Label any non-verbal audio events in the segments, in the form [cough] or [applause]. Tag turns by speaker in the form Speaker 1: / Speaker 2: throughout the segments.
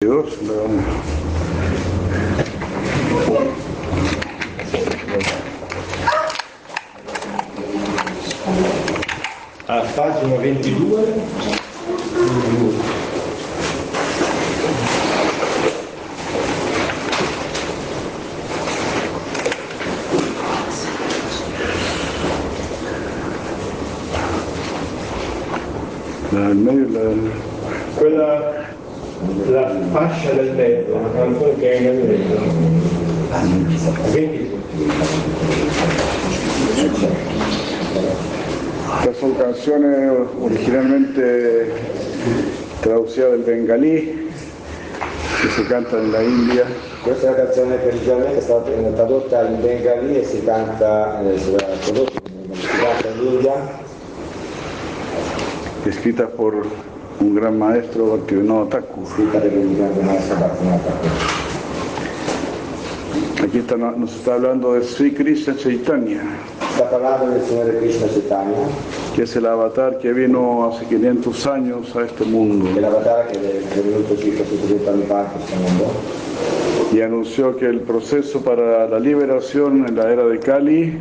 Speaker 1: Все, сюда.
Speaker 2: a Ah, pagina 22
Speaker 1: La del medio, la del...
Speaker 2: quella la fascia del mezzo la canzone che è nel mezzo 22
Speaker 1: Estas son canciones originalmente traducidas del bengalí, que se cantan en la India.
Speaker 3: Questa è una canzone che originalmente è stata tradotta in bengali e si canta, eh, si tradotta in bengali, si canta in India,
Speaker 1: escritas por un gran maestro, Bhaktivinoda Thakur.
Speaker 3: scritta per un grande maestro Bhaktivinoda.
Speaker 1: Aquí está- nos está hablando de Sri Krishna Chaitanya,
Speaker 3: Sta parlando del Signore Krishna Chaitanya,
Speaker 1: que es el avatar que vino hace 500 años a este
Speaker 3: che è
Speaker 1: mundo
Speaker 3: l'avatar che è venuto circa 130 anni fa in questo mondo,
Speaker 1: y anunció que el proceso para la liberación en la era de Kali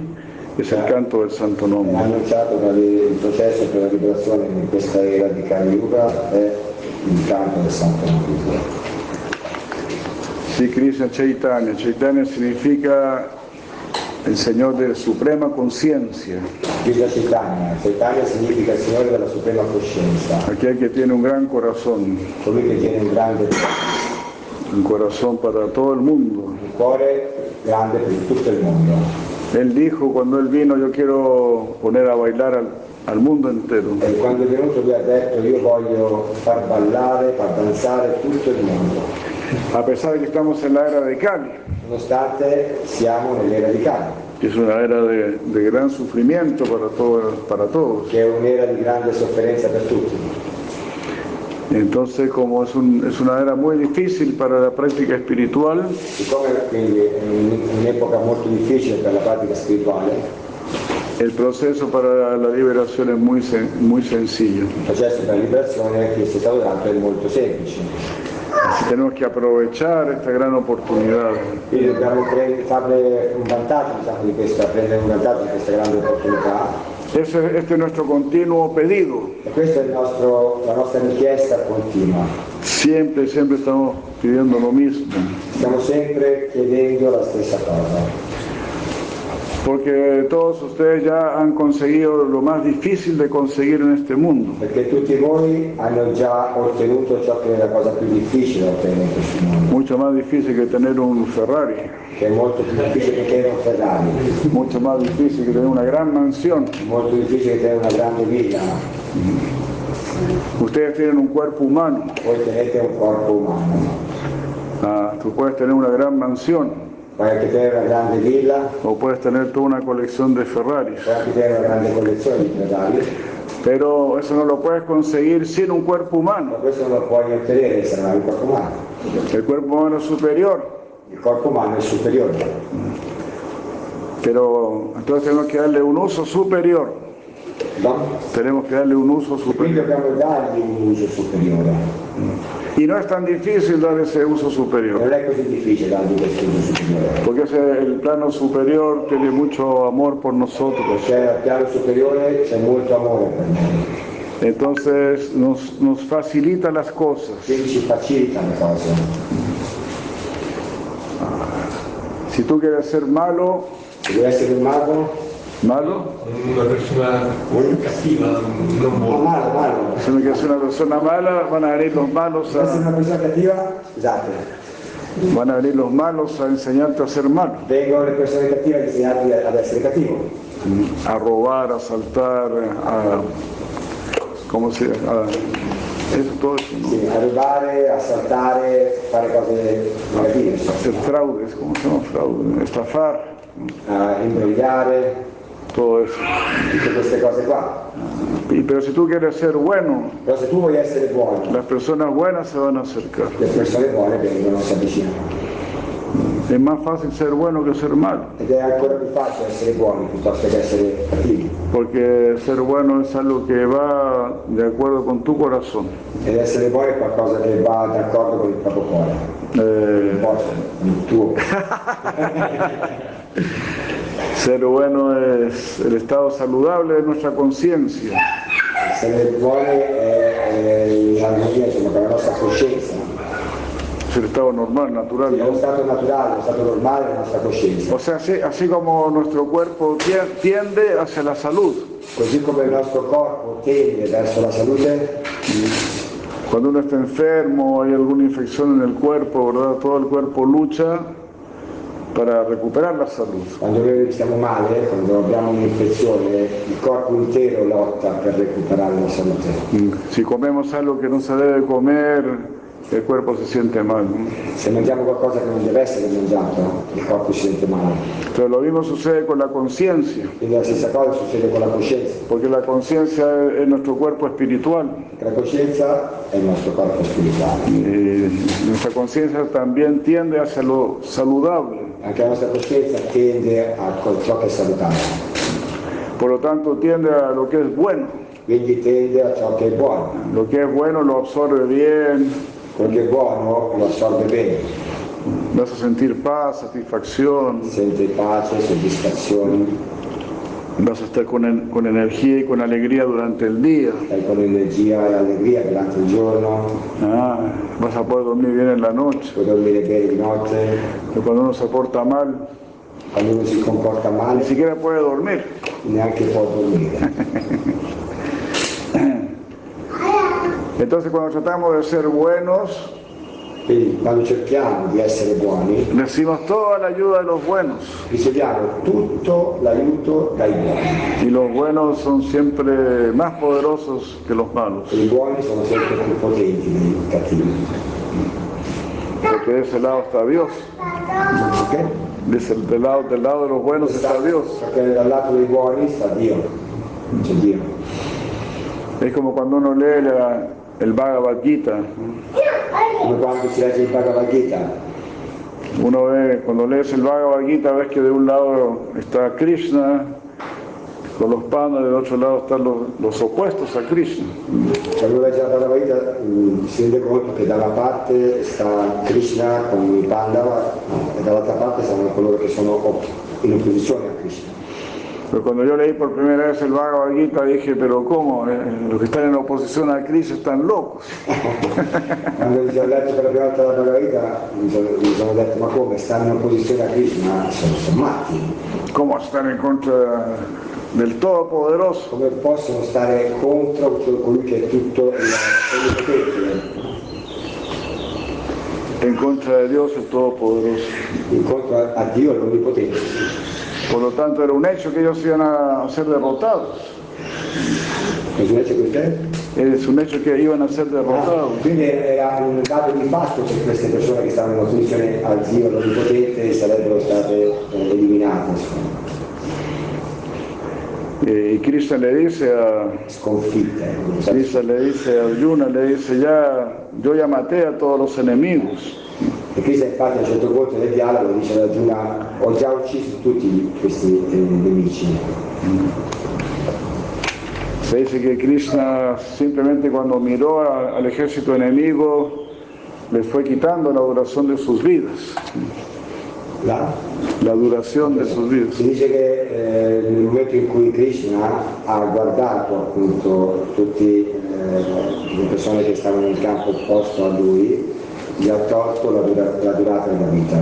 Speaker 1: es el canto del santo
Speaker 3: e ha
Speaker 1: nombre.
Speaker 3: annunciato che il processo per la liberazione in questa era di Kali Yuga è il canto del Santo Nome.
Speaker 1: Sri Krishna Chaitanya, Chaitanya significa el Señor de suprema conciencia,
Speaker 3: Krishna Chaitanya, Chaitanya significa il Signore della Suprema Coscienza,
Speaker 1: aquel que tiene un gran corazón,
Speaker 3: colui che tiene un grande
Speaker 1: un corazón para todo el mundo.
Speaker 3: un cuore grande per tutto il mondo.
Speaker 1: Él dijo cuando él vino, yo quiero poner a bailar al, al mundo entero.
Speaker 3: E quando è venuto lui ha detto io voglio far ballare, far danzare tutto il mondo,
Speaker 1: A pesar de que estamos en la era de Cali,
Speaker 3: nonostante siamo nell'era di Cana,
Speaker 1: que es una era de, de gran sufrimiento para, todo- para todos.
Speaker 3: che è un'era di grande sofferenza per tutti.
Speaker 1: Entonces, como es, un- es una era muy difícil para la práctica espiritual,
Speaker 3: Siccome quindi è un- un'epoca molto difficile per la pratica spirituale,
Speaker 1: el proceso para la liberación es muy, sen- muy sencillo.
Speaker 3: il processo per la liberazione che si sta usando è molto semplice.
Speaker 1: Así tenemos que aprovechar esta gran oportunidad.
Speaker 3: Quindi dobbiamo pre- farne un vantaggio diciamo, di questa, prendere un vantaggio di questa grande opportunità
Speaker 1: Ese- este es nuestro continuo pedido.
Speaker 3: e questa è il nostro- la nostra richiesta continua.
Speaker 1: Siempre, siempre estamos pidiendo lo mismo.
Speaker 3: Stiamo sempre chiedendo la stessa cosa,
Speaker 1: Porque todos ustedes ya han conseguido lo más difícil de conseguir en este mundo.
Speaker 3: perché tutti voi hanno già ottenuto ciò che è la cosa più difficile da ottenere in questo mondo,
Speaker 1: Mucho más difícil que tener un Ferrari.
Speaker 3: che è molto più difficile che avere un Ferrari,
Speaker 1: Mucho más difícil que tener una gran mansión.
Speaker 3: molto difficile che avere una grande vita,
Speaker 1: Ustedes tienen un cuerpo humano.
Speaker 3: voi tenete un corpo umano,
Speaker 1: Ah, tú puedes tener una gran mansión
Speaker 3: puoi anche tenere una grande villa,
Speaker 1: o puedes tener toda una colección de Ferraris.
Speaker 3: puoi anche tenere una grande collezione di Ferrari,
Speaker 1: Pero eso no lo puedes conseguir sin un cuerpo
Speaker 3: ma
Speaker 1: humano.
Speaker 3: questo non lo puoi ottenere se non hai un corpo umano.
Speaker 1: El cuerpo humano es superior.
Speaker 3: Il corpo umano è superiore,
Speaker 1: Pero entonces tenemos que darle un uso superior.
Speaker 3: no?
Speaker 1: Tenemos que darle un uso
Speaker 3: Quindi
Speaker 1: superior.
Speaker 3: dobbiamo dargli un uso superiore.
Speaker 1: Y no es tan difícil dar ese uso superior.
Speaker 3: Non è così difficile dargli questo uso superiore.
Speaker 1: Porque ese- el plano superior tiene mucho amor por nosotros.
Speaker 3: C'è al piano superiore c'è molto amore per noi,
Speaker 1: Entonces nos, nos facilita las cosas.
Speaker 3: quindi ci facilita le cose.
Speaker 1: Si tú quieres ser malo,
Speaker 3: Se deve essere un mago,
Speaker 1: malo,
Speaker 2: una persona cattiva non
Speaker 3: ah,
Speaker 2: buona
Speaker 3: malo, malo.
Speaker 1: si no quieres ser una persona mala, van a venir los malos
Speaker 3: Se deve essere
Speaker 1: a,
Speaker 3: una persona cattiva, scusate,
Speaker 1: van a, venir los malos a enseñarte a ser malo.
Speaker 3: vengono le persone cattive a insegnarti ad essere cattivo,
Speaker 1: a robar, a saltar, a. ¿Cómo se llama? A- Eso todo eso, ¿no?
Speaker 3: sì, a rubare, a saltare, fare cose negative, insomma.
Speaker 1: Hacer fraudes, ¿cómo se llama? Fraude, estafar,
Speaker 3: a imbrogliare,
Speaker 1: todo eso.
Speaker 3: tutte queste cose qua.
Speaker 1: Y, pero si tú quieres ser bueno,
Speaker 3: Però se tu vuoi essere buono,
Speaker 1: las personas buenas se van a acercar.
Speaker 3: le persone buone vengono e si avvicinano.
Speaker 1: Es más fácil ser bueno que ser malo,
Speaker 3: ed è ancora più facile essere buoni piuttosto che essere cattivi.
Speaker 1: porque ser bueno es algo que va de acuerdo con tu corazón.
Speaker 3: Ed essere buoni è qualcosa che va d'accordo con il proprio cuore,
Speaker 1: Eh,
Speaker 3: il vostro, il tuo.
Speaker 1: ser bueno es el estado saludable de nuestra conciencia.
Speaker 3: Essere buoni è, è eh, l'armonia insomma, con la nostra coscienza,
Speaker 1: Es el estado normal,
Speaker 3: è
Speaker 1: natural,
Speaker 3: lo
Speaker 1: ¿no?
Speaker 3: stato naturale, lo stato normale della nostra coscienza.
Speaker 1: O sea, así, así como nuestro cuerpo tie- tiende hacia la salud,
Speaker 3: Così come il nostro corpo tende verso la salute,
Speaker 1: cuando uno está enfermo, hay alguna infección en el cuerpo, ¿verdad? Todo el cuerpo lucha para recuperar la salud.
Speaker 3: quando noi stiamo male, quando abbiamo un'infezione, il corpo intero lotta per recuperare la salute.
Speaker 1: Si comemos algo que no se debe comer, el cuerpo se siente mal. ¿no?
Speaker 3: Se mangiamo qualcosa che non deve essere mangiato, il corpo si sente male.
Speaker 1: Pero lo mismo sucede con la conciencia,
Speaker 3: Quindi la stessa cosa succede con la coscienza,
Speaker 1: porque la conciencia es es nuestro cuerpo espiritual.
Speaker 3: perché la coscienza è il nostro corpo spirituale.
Speaker 1: Eh, nuestra conciencia también tiende hacia lo saludable,
Speaker 3: Anche la nostra coscienza tende a col- ciò che è salutare,
Speaker 1: por lo tanto tiende a lo que es bueno.
Speaker 3: quindi tende a ciò che è buono.
Speaker 1: Lo que es bueno lo absorbe bien,
Speaker 3: Quello che è buono lo assorbe bene,
Speaker 1: lo hace sentir paz, satisfacción,
Speaker 3: sente pace, soddisfazione,
Speaker 1: lo hace estar con, en- con energía y con alegría durante el día.
Speaker 3: stai con energia e allegria durante il giorno,
Speaker 1: Ah, vas a poder dormir bien en la noche.
Speaker 3: puoi dormire bene di notte,
Speaker 1: Pero cuando uno se porta mal,
Speaker 3: quando uno si comporta
Speaker 1: ni
Speaker 3: male
Speaker 1: siquiera puede dormir.
Speaker 3: neanche può dormire.
Speaker 1: Entonces cuando tratamos de ser buenos,
Speaker 3: Quindi quando cerchiamo di essere buoni,
Speaker 1: recibimos toda la ayuda de los buenos.
Speaker 3: riceviamo tutto l'aiuto dai buoni.
Speaker 1: Y los buenos son siempre más poderosos que los malos.
Speaker 3: I buoni sono sempre più potenti dei cattivi.
Speaker 1: Porque de ese lado está Dios.
Speaker 3: Ok?
Speaker 1: De ese- del, lado, del lado de los buenos está Dios.
Speaker 3: Perché dal lato dei buoni sta Dio, c'è Dio.
Speaker 1: Es como cuando uno lee la- el Bhagavad Gita.
Speaker 3: Come quando si legge il Bhagavad Gita,
Speaker 1: Uno ve, cuando lees el Bhagavad Gita, ves que de un lado está Krishna con los panos, del otro lado están los, los opuestos a Krishna.
Speaker 3: quando legge la Bhagavad Gita mm, si rende conto che da una parte sta Krishna con i Pandava e dall'altra parte stanno coloro che sono op- in opposizione a Krishna.
Speaker 1: Pero cuando yo leí por primera vez el Bhagavad Gita, dije, pero ¿cómo? Eh, Los que están en oposición a Krishna están locos.
Speaker 3: Quando ho letto per la prima volta la Bhagavad Gita mi sono, mi sono detto ma come stanno in opposizione a Krishna? Sono, sono matti,
Speaker 1: ¿Cómo están en contra del Todopoderoso?
Speaker 3: come possono stare contro colui che è tutto il, il
Speaker 1: En contra de Dios el Todopoderoso.
Speaker 3: incontro a, a Dio l'Onnipotente.
Speaker 1: Por lo tanto, era un hecho que ellos iban a ser derrotados.
Speaker 3: Così legge con te?
Speaker 1: Es un hecho que iban a ser
Speaker 3: Ah,
Speaker 1: derrotados.
Speaker 3: quindi era un dato di fatto che queste persone che stavano in opposizione a Dio l'Onnipotente sarebbero state eh, eliminate, insomma,
Speaker 1: Eh, y Krishna le dice a,
Speaker 3: sconfitte. ecco, non so.
Speaker 1: Krishna le dice a Arjuna, le dice ya, yo ya maté a todos los enemigos.
Speaker 3: E Cristo infatti a un certo punto nel dialogo dice ad Arjuna ho già ucciso tutti questi eh, nemici.
Speaker 1: Se dice que Krishna simplemente cuando miró a- al ejército enemigo, le fue quitando la duración de sus vidas,
Speaker 3: Là?
Speaker 1: la duración de sus vidas.
Speaker 3: Si dice che eh, nel momento in cui Krishna ha guardato appunto tutte le persone che stavano nel campo opposto a lui, gli ha tolto la, dura- la durata della vita,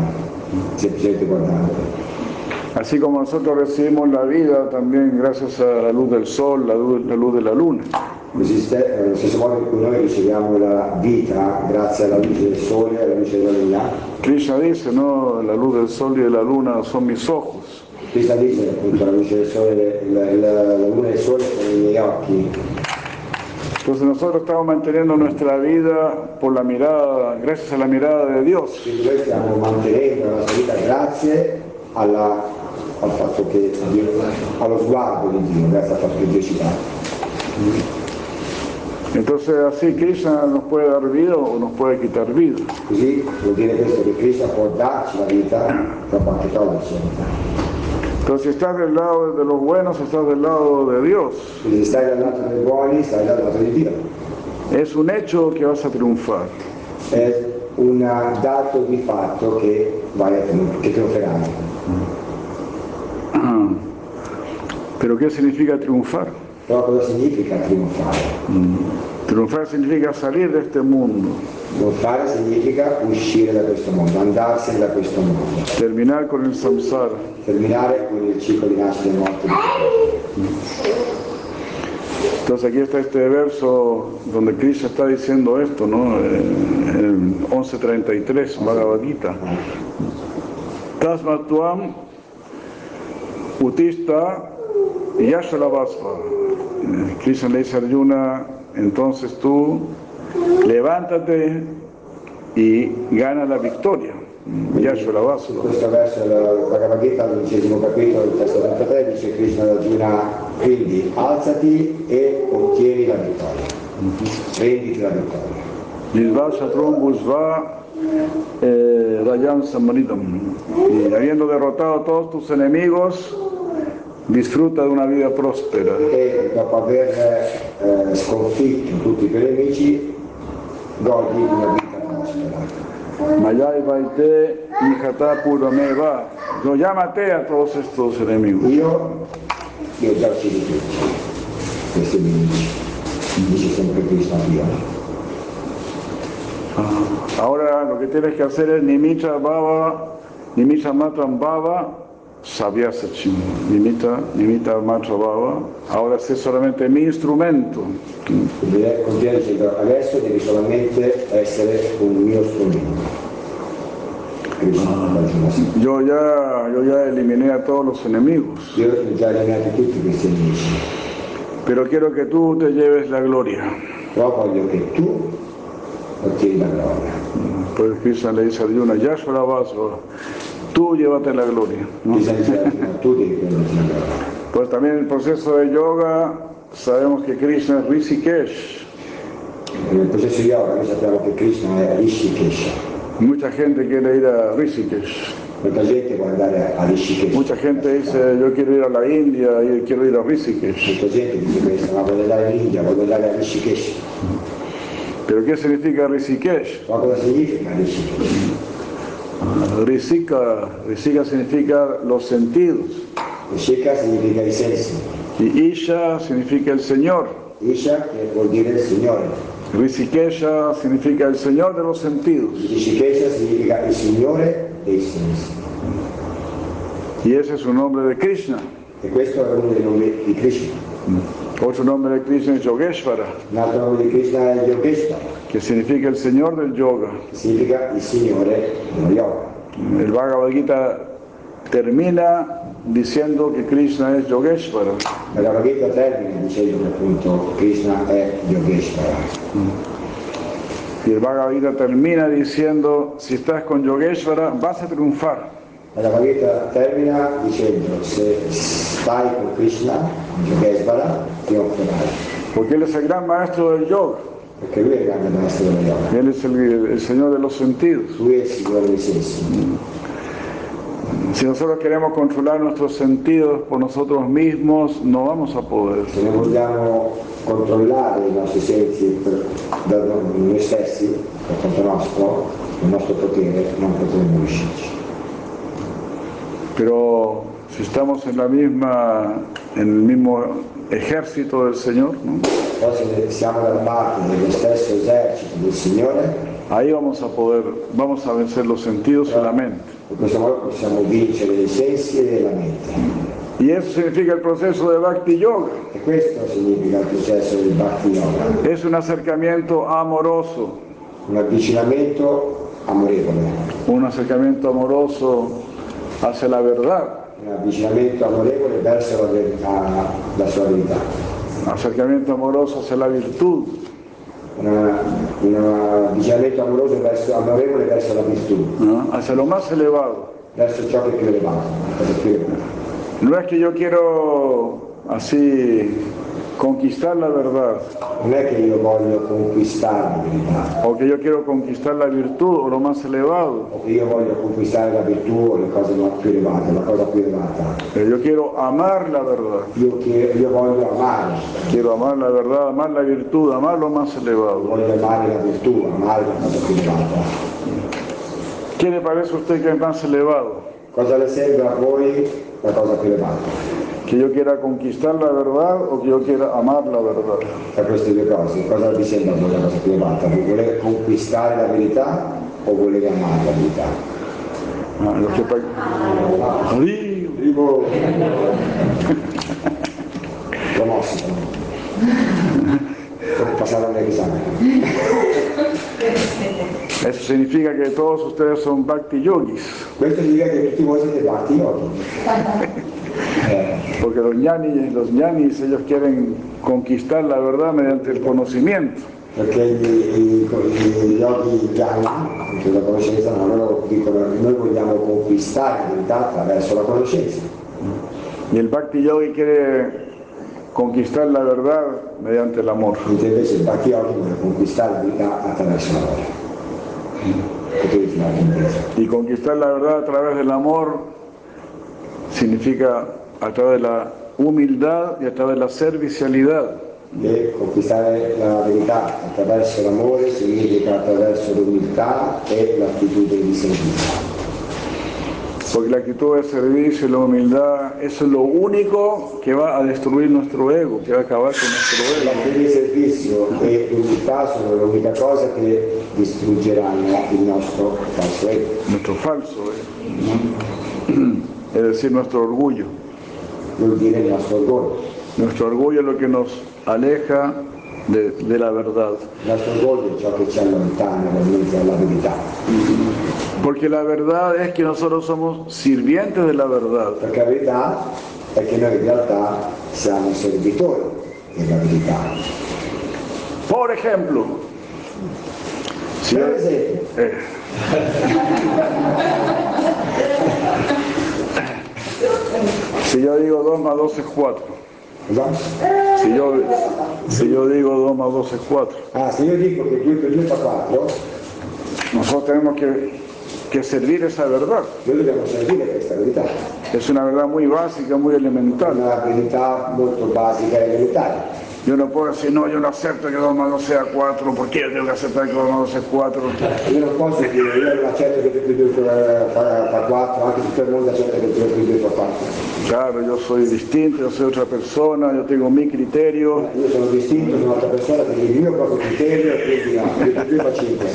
Speaker 3: semplicemente guardando.
Speaker 1: Así como nosotros recibimos la vida también gracias a la luz del sol, la luz, la luz de la luna.
Speaker 3: Così ste- eh, Nello stesso modo in cui noi riceviamo la vita grazie alla luce del sole, alla luce della luna,
Speaker 1: Krishna dice, no, la luz del sol y de la luna son mis ojos.
Speaker 3: Krishna dice appunto la luce del sole, la, la- la luna e il sole sono i miei occhi.
Speaker 1: Entonces nosotros estamos manteniendo nuestra vida por la mirada, gracias a la mirada de Dios.
Speaker 3: Quindi noi stiamo mantenendo la nostra vita grazie alla- al fatto che Dio, allo sguardo di Dio, grazie al fatto che Dio ci dà.
Speaker 1: Entonces así Krishna nos puede dar vida o nos puede quitar vida.
Speaker 3: Così vuol dire questo che Krishna può darci la vita, però può anche toglierci la vita.
Speaker 1: Entonces si estás del lado de los buenos, estás del lado de Dios.
Speaker 3: Quindi se stai dal lato dei buoni, stai dal lato di Dio.
Speaker 1: Es un hecho que vas a triunfar.
Speaker 3: È un dato di fatto che, vai a trionf- che trionferai.
Speaker 1: Pero ¿qué significa triunfar?
Speaker 3: Però cosa significa trionfare?
Speaker 1: Triunfar significa salir de este mundo,
Speaker 3: Trionfare significa uscire da questo mondo, andarsene da questo mondo,
Speaker 1: terminar con el samsara.
Speaker 3: terminare con il ciclo di nascita e morte.
Speaker 1: Entonces aquí está este verso donde Krishna está diciendo esto, ¿no? Eh, En 11.33, Bhagavad Gita. Tasmatuam utista yashalavasva. Krishna le dice a Arjuna, entonces tú levántate y gana la victoria.
Speaker 3: Su
Speaker 1: Yashalavasva.
Speaker 3: questo verso del Bhagavad Gita, all'undicesimo capitolo, il testo 33, dice Krishna ad Arjuna, quindi alzati e ottieni la vittoria, prenditi la vittoria.
Speaker 1: Nirvashatrum Busva eh, Rayam Samaritam. Y habiendo derrotado a todos tus enemigos, disfruta de una vida próspera.
Speaker 3: E dopo aver eh, sconfitto tutti i tuoi nemici, godi una vita prospera.
Speaker 1: Mayai Vaite Nijata Purameva. Yo ya maté a todos estos enemigos.
Speaker 3: Io, io ho già ucciso tutti questi nemici, dice sempre Krishna a Dio.
Speaker 1: Ahora lo que tienes que hacer es Nimita Baba, Nimita Matram Baba, Sabiasachim. Nimita, Nimita Matram Baba. Ahora sé solamente mi instrumento.
Speaker 3: Quindi lei continua dicendo, adesso devi solamente essere un mio strumento. Krishna, Arjuna, sì.
Speaker 1: Yo ya, yo ya eliminé a todos los enemigos.
Speaker 3: Io ho già eliminato tutti questi nemici,
Speaker 1: Pero quiero que tú te lleves la gloria.
Speaker 3: però voglio che tu ottieni la gloria.
Speaker 1: Pues Krishna le dice a Arjuna, Yashvara Vasva, tú llévate la gloria. ¿no?
Speaker 3: Bisogna dire prima, tu devi prenderti la gloria.
Speaker 1: Pues también el proceso de yoga, sabemos que Krishna es Rishikesh.
Speaker 3: Nel processo di yoga noi sappiamo che Krishna è Rishikesh,
Speaker 1: Mucha gente quiere ir a Rishikesh.
Speaker 3: molta gente vuole andare a Rishikesh.
Speaker 1: Mucha gente dice, yo quiero ir a la India, yo quiero ir a Rishikesh.
Speaker 3: Molta gente dice questo, ma voglio andare in India, voglio andare a Rishikesh.
Speaker 1: Pero ¿qué significa Rishikesh?
Speaker 3: Ma cosa significa Rishikesh?
Speaker 1: Rishika, Rishika significa los sentidos.
Speaker 3: Rishika significa i sensi,
Speaker 1: Y Isha significa el Señor.
Speaker 3: Isha che vuol dire il Signore,
Speaker 1: Rishikesha significa el Señor de los sentidos.
Speaker 3: Rishikesh significa il Signore dei sensi.
Speaker 1: Y ese es un nombre de Krishna.
Speaker 3: E questo è uno dei nomi di Krishna.
Speaker 1: Otro nombre de Krishna es Yogeshvara,
Speaker 3: Un altro nome di Krishna è Yogeshta,
Speaker 1: que significa el Señor del Yoga.
Speaker 3: che significa il Signore dello Yoga.
Speaker 1: El Bhagavad Gita termina diciendo que Krishna es Yogeshvara.
Speaker 3: La Bhagavad Gita termina dicendo che appunto Krishna è Yogeshvara.
Speaker 1: Y el Bhagavad Gita termina diciendo, si estás con Yogeshvara, vas a triunfar.
Speaker 3: La Bhagavad Gita termina dicendo se stai con Krishna, Yogeshvara, trionferai,
Speaker 1: Porque él es el gran maestro del yoga.
Speaker 3: perché lui è il grande maestro dello Yoga.
Speaker 1: Él es el, el Señor de los sentidos.
Speaker 3: Lui è il Signore dei sensi.
Speaker 1: Si nosotros queremos controlar nuestros sentidos por nosotros mismos, no vamos a poder.
Speaker 3: Se noi vogliamo controllare i nostri sensi per, da noi stessi, per conto nostro, il nostro potere, non potremo riuscirci.
Speaker 1: Pero si estamos en la misma, en el mismo ejército del Señor, ¿no?
Speaker 3: Però se siamo dalla parte dello stesso esercito del Signore,
Speaker 1: ahí vamos a poder, vamos a vencer los sentidos y la mente.
Speaker 3: in questo modo possiamo vincere i sensi e la mente.
Speaker 1: Y eso significa el proceso de Bhakti Yoga.
Speaker 3: E questo significa il processo del Bhakti Yoga,
Speaker 1: Es un acercamiento amoroso,
Speaker 3: un avvicinamento amorevole,
Speaker 1: un acercamiento amoroso hacia la verdad,
Speaker 3: un avvicinamento amorevole verso la verità, la sua verità,
Speaker 1: un acercamiento amoroso hacia la virtud,
Speaker 3: una- un avvicinamento amoroso verso, amorevole verso la virtù,
Speaker 1: ¿no? hacia lo más elevado.
Speaker 3: verso ciò che è più elevato, la cosa più elevata.
Speaker 1: No es que yo quiero así conquistar la verdad,
Speaker 3: Non è che io voglio conquistare la verità,
Speaker 1: o que yo quiero conquistar la virtud o lo más elevado,
Speaker 3: o che io voglio conquistare la virtù o le cose no- più elevate, la cosa più elevata.
Speaker 1: pero yo quiero amar la verdad.
Speaker 3: Io, che- io voglio amare,
Speaker 1: Quiero amar la verdad, amar la virtud, amar lo más elevado.
Speaker 3: voglio amare la virtù, amare la cosa più elevata.
Speaker 1: ¿Qué le parece a usted que es más elevado?
Speaker 3: Cosa le sembra a voi la cosa più elevata?
Speaker 1: Que yo quiera conquistar la verdad o que yo quiera amar la verdad.
Speaker 3: Tra queste due cose, cosa vi sembra a voi la cosa più elevata? Voi voler conquistare la verità o voler amare la verità?
Speaker 1: Ah, los que pa- Sí,
Speaker 3: Dico... Promossi. Per passare un esame.
Speaker 1: Eso significa que todos ustedes son bhakti yogis,
Speaker 3: Questo significa che tutti voi siete parti oggi.
Speaker 1: porque los ñanis, los ñanis ellos quieren conquistar la verdad mediante el conocimiento.
Speaker 3: Perché gli, gli, gli yogi Jana, cioè la conoscenza, no, loro dicono noi vogliamo conquistare la verità attraverso la conoscenza.
Speaker 1: Y el bhakti yogi quiere conquistar la verdad mediante el amor.
Speaker 3: mentre invece il Bacchiocchi vuole conquistare la verità attraverso la loro. Potete la intesa.
Speaker 1: Y conquistar la verdad a través del amor significa a través de la humildad y a través de la servicialidad.
Speaker 3: E conquistare la verità attraverso l'amore significa attraverso l'umiltà e l'attitudine di servizio.
Speaker 1: Porque la actitud de servicio y la humildad, eso es lo único que va a destruir nuestro ego, que va a acabar con nuestro ego.
Speaker 3: L'attitudine di servizio e l'umiltà sono l'unica cosa che distruggeranno il nostro falso ego,
Speaker 1: nuestro falso, ¿eh? es decir, nuestro orgullo.
Speaker 3: vuol dire il nostro orgoglio.
Speaker 1: Nuestro orgullo es lo que nos aleja de, de la verdad.
Speaker 3: Il nostro orgoglio è ciò che ci allontana veramente dalla verità.
Speaker 1: Porque la verdad es que nosotros somos sirvientes de la verdad.
Speaker 3: Perché la verità è che noi in realtà siamo servitori della verità.
Speaker 1: Por ejemplo, si yo- eh,
Speaker 3: Per esempio,
Speaker 1: si yo digo 2 más 2 es 4,
Speaker 3: esatto.
Speaker 1: si yo, si yo digo 2 más 2 es 4,
Speaker 3: Ah, se io dico che 2 più 2 fa 4,
Speaker 1: Nosotros tenemos que, que servir esa verdad.
Speaker 3: noi dobbiamo servire questa verità.
Speaker 1: Es una verdad muy básica, muy
Speaker 3: È
Speaker 1: elemental.
Speaker 3: una verità molto basica e elementare.
Speaker 1: Yo no puedo decir, no, yo no acepto que 2 más 2 sea 4, ¿por qué yo tengo que aceptar que 2 más 2 es 4?
Speaker 3: Io non posso dire, io non accetto che 2 più 2 eh, fa, 4, anche se tutto il mondo accetta che 2 più 2 fa 4.
Speaker 1: Claro, yo soy distinto, yo soy otra persona, yo tengo mi criterio.
Speaker 3: Io sono distinto, sono un'altra persona, quindi il mio proprio criterio e quindi no, 2 più 2 fa 5.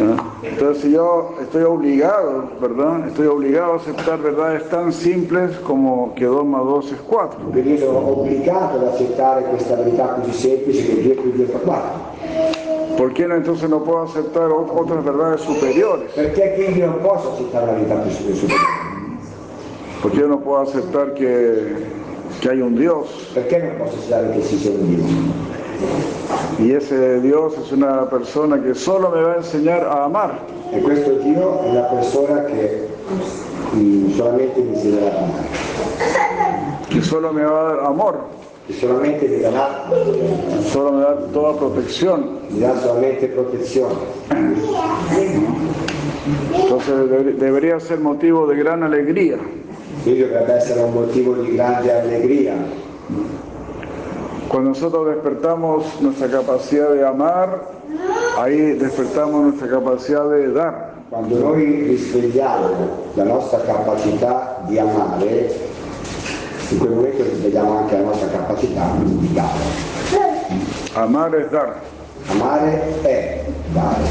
Speaker 1: ¿no? Entonces si yo estoy obligado, ¿verdad? Estoy obligado a aceptar verdades tan simples como que 2 más 2 es 4.
Speaker 3: Quindi io sono obbligato ad accettare questa verità così semplice che 2 più 2 fa 4.
Speaker 1: ¿Por qué no, entonces no puedo aceptar ot- otras verdades superiores?
Speaker 3: Perché quindi non posso accettare la verità più superiore?
Speaker 1: ¿Por qué yo no puedo aceptar que, que hay un Dios?
Speaker 3: Perché non posso accettare che si sia un Dio?
Speaker 1: Y ese Dios es una persona que solo me va a enseñar a amar.
Speaker 3: E questo Dio è la persona che mm, solamente mi insegnerà a amare,
Speaker 1: que solo me va a dar amor,
Speaker 3: che solamente mi darà,
Speaker 1: solo me va a dar toda protección.
Speaker 3: mi darà solamente protezione.
Speaker 1: Entonces debe- debería ser motivo de gran alegría,
Speaker 3: Quindi dovrebbe essere un motivo di grande allegria.
Speaker 1: Cuando nosotros despertamos nuestra capacidad de amar, ahí despertamos nuestra capacidad de dar.
Speaker 3: Quando noi risvegliamo la nostra capacità di amare, in quel momento risvegliamo anche la nostra capacità di dare.
Speaker 1: Amar es dar.
Speaker 3: Amare è dare,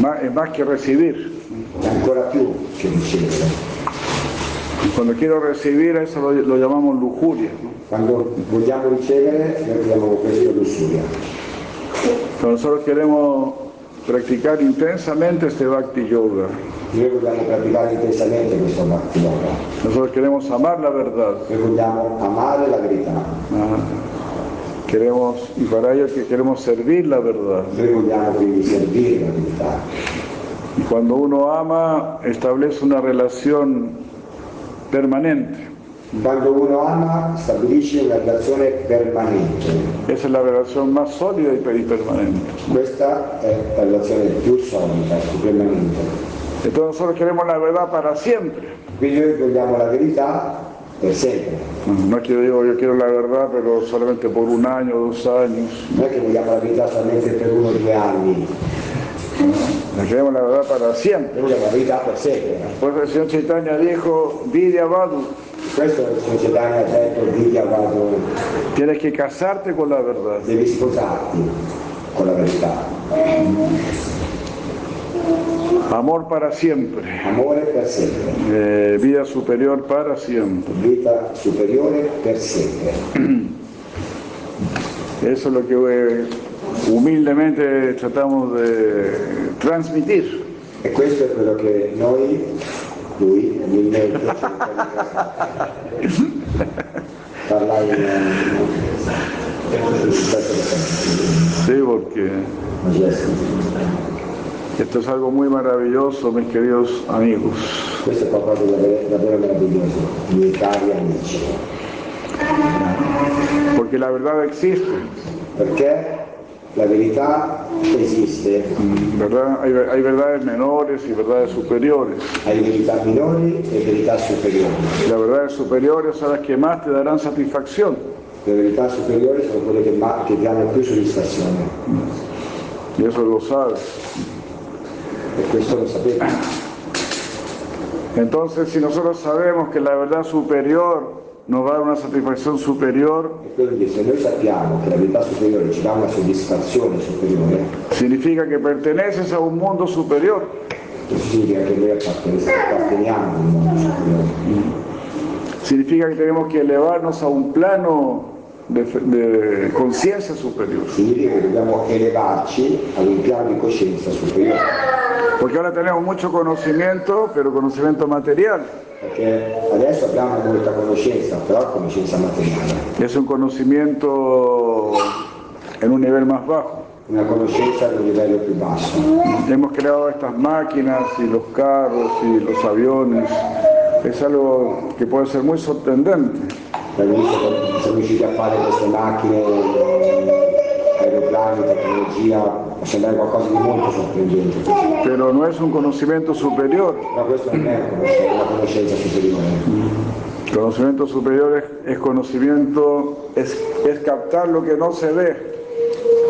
Speaker 1: Má- es más que recibir.
Speaker 3: è ancora più che ricevere.
Speaker 1: Cuando quiero recibir, a eso lo, lo llamamos lujuria. ¿no?
Speaker 3: Quando vogliamo ricevere, noi chiamiamo questo lussuria.
Speaker 1: Cuando nosotros queremos practicar intensamente este Bhakti Yoga,
Speaker 3: Noi vogliamo praticare intensamente questo bhakti yoga.
Speaker 1: nosotros queremos amar la verdad,
Speaker 3: Noi vogliamo amare la verità.
Speaker 1: queremos, y para ello que queremos servir la verdad.
Speaker 3: Noi vogliamo quindi servire la verità.
Speaker 1: Y Cuando uno ama, establece una relación permanente.
Speaker 3: Quando uno ama stabilisce una relazione permanente,
Speaker 1: Esa es la relación más sólida y per- y permanente.
Speaker 3: questa è la relazione più solida, più permanente.
Speaker 1: Entonces nosotros queremos la verdad para siempre.
Speaker 3: Quindi noi vogliamo la verità per sempre.
Speaker 1: No es que yo digo yo quiero la verdad, pero solamente por un año, dos años.
Speaker 3: Non è che vogliamo la verità solamente per uno o due anni,
Speaker 1: Le queremos la verdad para siempre.
Speaker 3: noi vogliamo la verità per sempre.
Speaker 1: Por eso el señor Chaitanya dijo, Vidya Badu,
Speaker 3: Questo è il società ha detto Dio quando
Speaker 1: tienes que casarte con la verdad.
Speaker 3: devi sposarti con la verità.
Speaker 1: Amor para siempre.
Speaker 3: Amore per sempre,
Speaker 1: Eh, vida superior para siempre.
Speaker 3: vita superiore per sempre.
Speaker 1: Eso es lo que eh, humildemente tratamos de transmitir.
Speaker 3: E questo è quello che noi, lui, umilmente, parlai in in questo
Speaker 1: Sí, porque
Speaker 3: gesto.
Speaker 1: esto es algo muy maravilloso, mis queridos amigos.
Speaker 3: Questo è qualcosa di davvero davvero meraviglioso, miei cari amici,
Speaker 1: Porque la verdad existe,
Speaker 3: perché la verità esiste
Speaker 1: ¿verdad? Hay, hay verdades menores y verdades superiores.
Speaker 3: Hai verità minori e verità superiori.
Speaker 1: Las verdades superiores son las que más te darán satisfacción.
Speaker 3: Le verità superiori sono quelle che, ma- che ti danno più soddisfazione.
Speaker 1: Y eso lo sabes.
Speaker 3: E questo lo sapete.
Speaker 1: Entonces, si nosotros sabemos que la verdad superior nos va a dar una satisfacción superior,
Speaker 3: E quindi se noi sappiamo che la verità superiore ci dà una soddisfazione superiore,
Speaker 1: significa que perteneces a un mundo superior.
Speaker 3: questo significa che noi apparten- apparteniamo al mondo superiore.
Speaker 1: Significa que tenemos que elevarnos a un plano de, de conciencia superior.
Speaker 3: Significa che dobbiamo elevarci ad un piano di coscienza superiore.
Speaker 1: Porque ahora tenemos mucho conocimiento, pero conocimiento material.
Speaker 3: Perché adesso abbiamo molta conoscenza, però conoscenza materiale.
Speaker 1: Es un conocimiento en un nivel más bajo.
Speaker 3: Una conoscenza ad un livello più basso.
Speaker 1: Hemos creado estas máquinas y los carros y los aviones. Es algo que puede ser muy sorprendente.
Speaker 3: All'inizio siamo riusciti a fare queste macchine, eh, aeroplani, tecnologia, può sembrare qualcosa di molto sorprendente,
Speaker 1: pero no es un conocimiento superior.
Speaker 3: però questo non è conoscenza, una conoscenza superiore.
Speaker 1: Conocimiento superior es, es conocimiento, es, es captar lo que no se ve.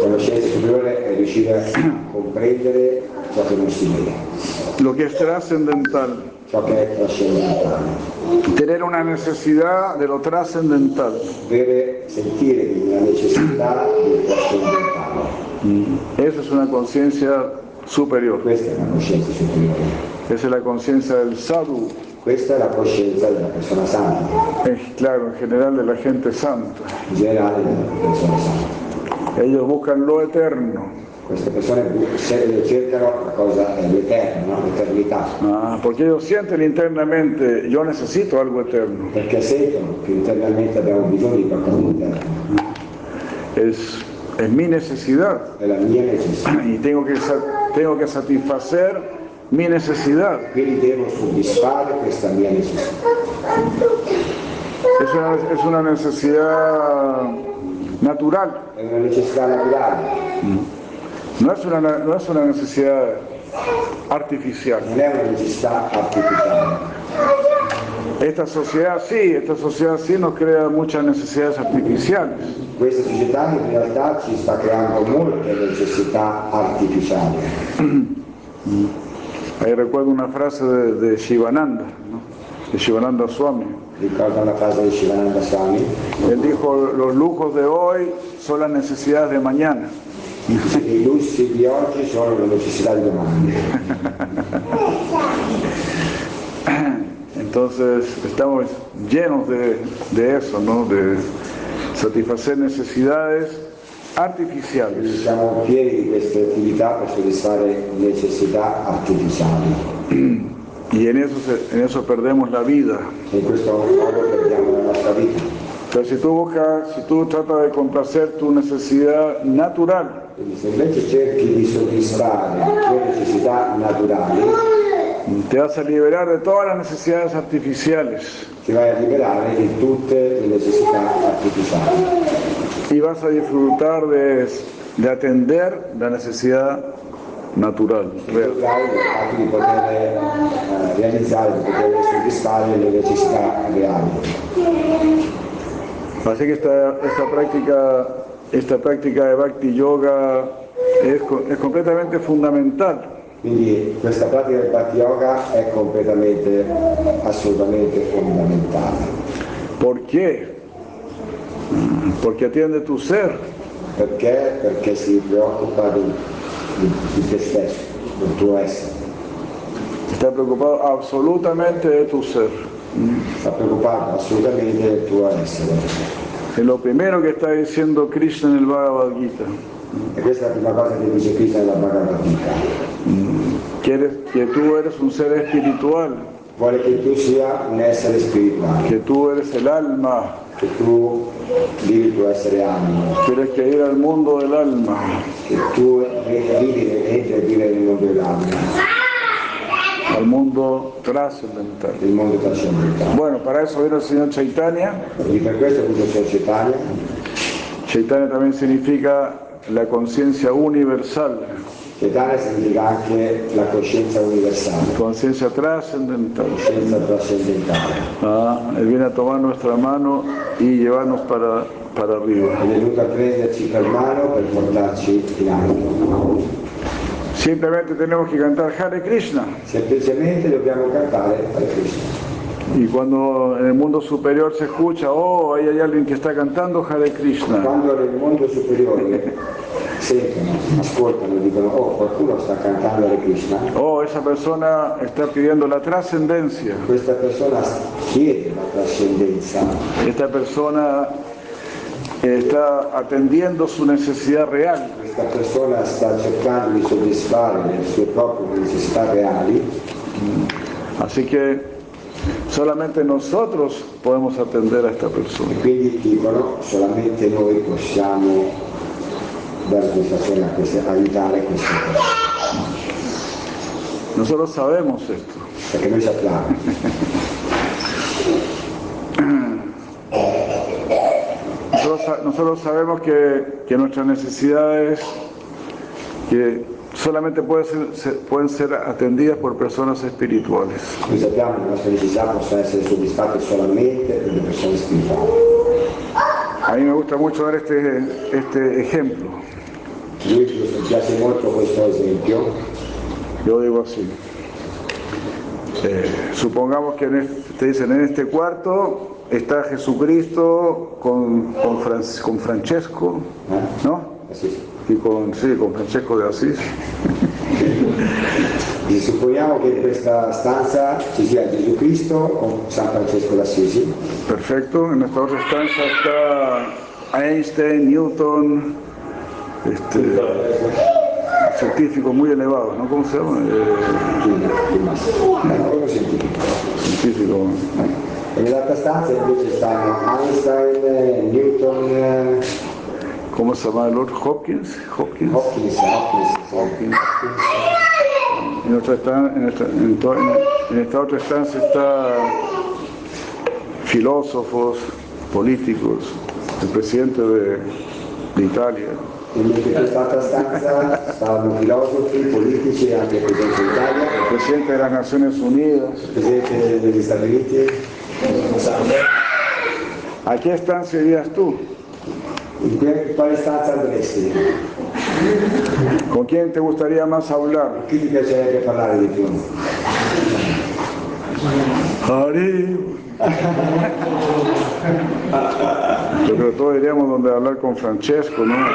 Speaker 3: Conoscenza superiore è riuscire a comprendere ciò che non si vede,
Speaker 1: Lo que es trascendental,
Speaker 3: ciò che è trascendentale.
Speaker 1: tener una necesidad de lo trascendental.
Speaker 3: Deve sentire la necessità del trascendentale.
Speaker 1: Esa es una conciencia superior.
Speaker 3: Questa è una coscienza superiore.
Speaker 1: Esa es la conciencia del sadhu,
Speaker 3: Questa è la coscienza della persona santa,
Speaker 1: es claro, en general de la gente santa.
Speaker 3: in generale della persona santa.
Speaker 1: Ellos buscan lo eterno,
Speaker 3: Queste persone bu- se- cercano la cosa è l'eterno, no? l'eternità,
Speaker 1: ah, porque ellos sienten internamente, yo necesito algo eterno.
Speaker 3: perché sentono che internamente abbiamo bisogno di qualcosa di eterno,
Speaker 1: Es, es mi necesidad. [clears throat]
Speaker 3: è la mia necessità,
Speaker 1: y tengo que, sa- tengo que satisfacer mi necesidad.
Speaker 3: quindi devo soddisfare questa mia necessità.
Speaker 1: Es una, es una necesidad natural,
Speaker 3: È una necessità naturale,
Speaker 1: no es una, no es una necesidad artificial.
Speaker 3: non è una necessità artificiale.
Speaker 1: Esta sociedad sí, esta sociedad sí nos crea muchas necesidades artificiales,
Speaker 3: Questa società in realtà ci sta creando molte necessità artificiali.
Speaker 1: Ahí recuerdo una frase de, de Shivananda, ¿no? de Shivananda Swami.
Speaker 3: Ricorda una frase di Shivananda Swami,
Speaker 1: Él dijo, los lujos de hoy son las necesidades de mañana.
Speaker 3: i lussi di oggi sono le necessità di domani.
Speaker 1: Entonces estamos llenos de, de eso, ¿no? De satisfacer necesidades
Speaker 3: Quindi
Speaker 1: artificiales.
Speaker 3: Siamo pieni di queste attività per soddisfare necessità artificiali
Speaker 1: Y en eso, se- en eso perdemos la vida.
Speaker 3: e in questo modo perdiamo la nostra vita.
Speaker 1: Pero si tú buscas, si tú tratas de complacer tu necesidad natural,
Speaker 3: Quindi se invece cerchi di soddisfare le necessità naturali,
Speaker 1: Te vas a liberar de todas las necesidades artificiales
Speaker 3: ti vai a liberare di tutte le necessità artificiali
Speaker 1: y vas a disfrutar de, de atender la necesidad natural, real.
Speaker 3: dai il fatto di poter eh, realizzare, di poter soddisfare le necessità reali.
Speaker 1: Así que esta, esta práctica, esta práctica de Bhakti Yoga es, co- es completamente fundamental
Speaker 3: Quindi questa pratica del Bhakti Yoga è completamente, assolutamente fondamentale,
Speaker 1: ¿Por qué? Porque atiende tu ser,
Speaker 3: perché? Perché si preoccupa di, di- di te stesso, del tuo essere,
Speaker 1: está preocupado absolutamente de tu ser.
Speaker 3: sta preoccupato assolutamente del tuo essere.
Speaker 1: Es lo primero que está diciendo Krishna en el Bhagavad Gita.
Speaker 3: E questa è la prima cosa che dice Krishna nella Bhagavad Gita.
Speaker 1: Que, eres- que tú eres un ser espiritual,
Speaker 3: Vuole che tu sia un essere spirituale,
Speaker 1: que tú eres el alma,
Speaker 3: che tu vivi il tuo essere animo,
Speaker 1: tienes que ir al mundo del alma,
Speaker 3: che tu vivi entri e vivi nel mondo dell'anima,
Speaker 1: al mundo trascendental.
Speaker 3: nel mondo trascendentale.
Speaker 1: Bueno, para eso vino el señor Chaitanya.
Speaker 3: Quindi per questo appunto c'è Cetania,
Speaker 1: Chaitanya también significa la conciencia universal,
Speaker 3: Cetania significa anche la coscienza universale,
Speaker 1: conciencia trascendental.
Speaker 3: coscienza trascendentale.
Speaker 1: Ah, él viene a tomar nuestra mano y llevarnos para, para arriba.
Speaker 3: È venuto a prenderci per mano per portarci in alto.
Speaker 1: Simplemente tenemos que cantar Hare Krishna.
Speaker 3: Semplicemente dobbiamo cantare a Krishna.
Speaker 1: Y cuando en el mundo superior se escucha, oh, ahí hay alguien que está cantando Hare Krishna.
Speaker 3: Quando nel mondo superiore sentono, ascoltano, dicono oh qualcuno sta cantando a Krishna,
Speaker 1: Oh, esa persona está pidiendo la trascendencia.
Speaker 3: questa persona chiede la trascendenza
Speaker 1: Esta persona está atendiendo su necesidad real.
Speaker 3: Questa persona sta cercando di soddisfare le sue proprie necessità reali,
Speaker 1: Así que solamente nosotros podemos atender a esta persona.
Speaker 3: quindi dicono solamente noi possiamo dare soddisfazione a queste, aiutare queste persone,
Speaker 1: Nosotros sabemos esto.
Speaker 3: perché noi sappiamo.
Speaker 1: Nosotros, sa- nosotros sabemos que, que nuestras necesidades que solamente pueden ser, se- pueden ser atendidas por personas espirituales.
Speaker 3: Noi sappiamo che le nostre necessità possono essere soddisfatte solamente dalle persone spirituali.
Speaker 1: A mí me gusta mucho dar este, este ejemplo.
Speaker 3: Lui mi piace molto questo esempio,
Speaker 1: Yo digo así. Eh, supongamos que en este- te dicen, en este cuarto está Jesucristo con, con, Fran- con Francesco,
Speaker 3: eh?
Speaker 1: ¿no?
Speaker 3: Eh sì, sì.
Speaker 1: Y con, sí, con Francesco de Asís.
Speaker 3: Quindi Supponiamo che in questa stanza ci sia Gesù Cristo con San Francesco d'Assisi,
Speaker 1: Perfecto. En nuestra otra estancia está Einstein, Newton, este, científicos muy elevados, ¿no? ¿Cómo se llama? Eh,
Speaker 3: quindi, rimasto. Eh, come sentite?
Speaker 1: científico.
Speaker 3: E nell'altra stanza invece stanno Einstein, eh, Newton, eh,
Speaker 1: ¿Cómo se llama el otro? Hopkins. Hopkins.
Speaker 3: Hopkins, Hopkins, Hopkins.
Speaker 1: En, otra estan- en, esta, en to- en- en esta otra estancia está filósofos, políticos, el presidente de, de Italia.
Speaker 3: Quindi in quest'altra stanza stanno filosofi, politici e anche presenti in Italia,
Speaker 1: El presidente de las Naciones Unidas.
Speaker 3: presenti negli Stati Uniti.
Speaker 1: ¿A qué estancia irías tú?
Speaker 3: In que- quale stanza andresti?
Speaker 1: ¿Con quién te gustaría más hablar?
Speaker 3: Chi ti piacerebbe parlare di più?
Speaker 1: Ari. Yo creo que todos iríamos donde hablar con Francesco, ¿no? Acá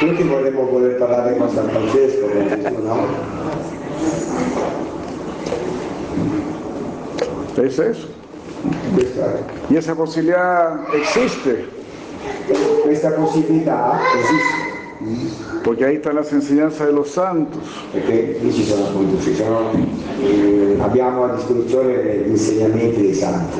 Speaker 1: con-
Speaker 3: Tutti vorremmo voler parlare con San Francesco, con Gesù, no?
Speaker 1: Es eso.
Speaker 3: Questo è.
Speaker 1: Y esa posibilidad existe,
Speaker 3: Questa possibilità esiste,
Speaker 1: porque ahí están las enseñanzas de los santos.
Speaker 3: perché qui ci sono appunto, ci sono, eh, abbiamo a disposizione gli insegnamenti dei santi.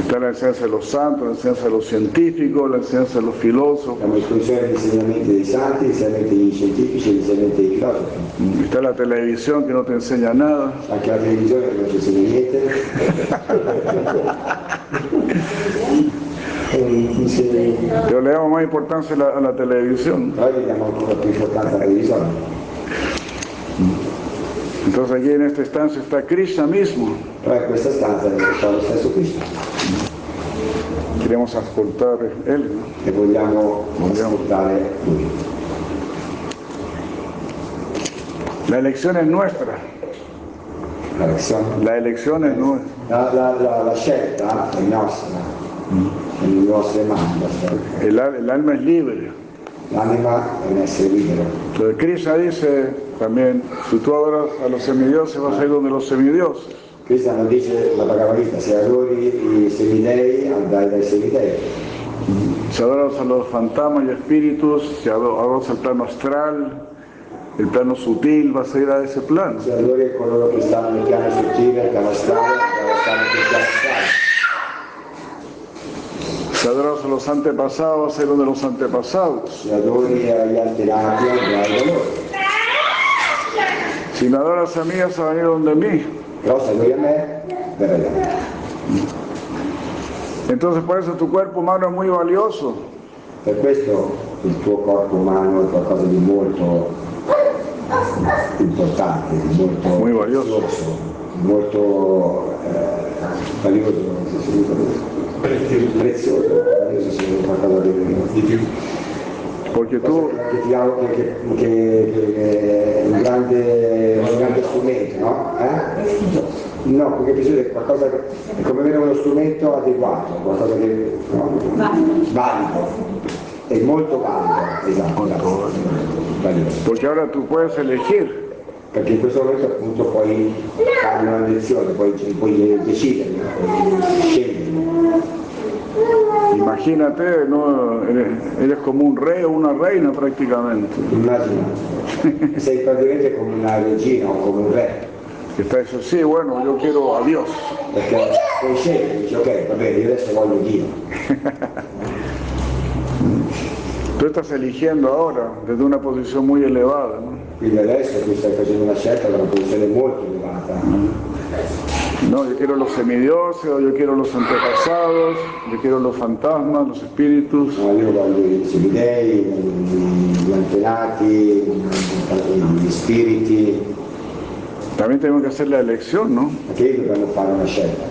Speaker 1: Está la enseñanza de los santos, la enseñanza de los científicos, la enseñanza de los filósofos,
Speaker 3: Abbiamo esclusione gli insegnamenti dei santi, gli insegnamenti degli scientifici e gli insegnamenti dei filosofi.
Speaker 1: está la televisión que no te enseña nada,
Speaker 3: Anche la televisione che non ci insegna niente,
Speaker 1: pero le damos más importancia a la, a la televisión.
Speaker 3: però gli diamo ancora più importanza alla televisione.
Speaker 1: Entonces aquí en esta estancia está Krishna mismo.
Speaker 3: Però in questa stanza c'è lo stesso Cristo
Speaker 1: Queremos ascoltar él. ¿no?
Speaker 3: e vogliamo ascoltare Lui.
Speaker 1: La elección es nuestra,
Speaker 3: La lezione
Speaker 1: la elección es nuestra.
Speaker 3: La, la- la- la scelta è nostra, è nelle nostre mani. la scelta.
Speaker 1: El, al- el alma es libre.
Speaker 3: L'anima è un essere libero.
Speaker 1: Entonces Krishna dice también, si tú adoras a los semidioses vas a ir donde los semidioses.
Speaker 3: Questa non dice la Bhagavad Gita, se adori i semidei andrai dai semidei,
Speaker 1: Si adoras a los fantasmas y espíritus, si ado- adoras al plano astral, el plano sutil, vas a ir a ese plano.
Speaker 3: se adori coloro che stanno nel piano sottile, al piano strano, stanno nel piano strano.
Speaker 1: Si adoras a los antepasados, vas a ir donde los antepasados.
Speaker 3: Se adori agli antenati andrai da loro.
Speaker 1: Si me adoras a mí, vas a venir donde mí.
Speaker 3: Però se adori a me, verrai da me.
Speaker 1: Entonces por eso tu cuerpo humano es muy valioso.
Speaker 3: Per questo il tuo corpo umano è qualcosa di molto importante, di molto
Speaker 1: Muy valioso.
Speaker 3: prezioso, molto eh, valioso, non so se dico valioso, prezioso, valioso se è qualcosa di, di più.
Speaker 1: Porque tú,
Speaker 3: Che, ti ha- che, che, che- che è un grande, un grande strumento, no? Eh? No, perché bisogna che qualcosa che- è come avere uno strumento adeguato, qualcosa che no? valido, è molto valido, esatto, grazie. valido.
Speaker 1: porque ahora tú puedes elegir.
Speaker 3: Perché in questo momento appunto puoi fare una lezione, puoi, puoi decidere, puoi scegliere.
Speaker 1: Imagínate, ¿no? eres, eres como un rey o una reina prácticamente,
Speaker 3: Immagina, sei praticamente come una regina o come un re.
Speaker 1: que está diciendo, sí, bueno, yo quiero a Dios.
Speaker 3: perché puoi scegliere, dici ok, va bene, io adesso voglio Dio,
Speaker 1: Tú estás eligiendo ahora desde una posición muy elevada. ¿no?
Speaker 3: quindi adesso tu stai facendo una scelta da una posizione molto elevata,
Speaker 1: No, yo quiero los semidioses, o yo quiero los antepasados, yo quiero los fantasmas, los espíritus.
Speaker 3: No, io voglio i semidei, gli antenati, gli spiriti,
Speaker 1: También tenemos que hacer la elección, ¿no?
Speaker 3: anche lì dobbiamo fare una scelta,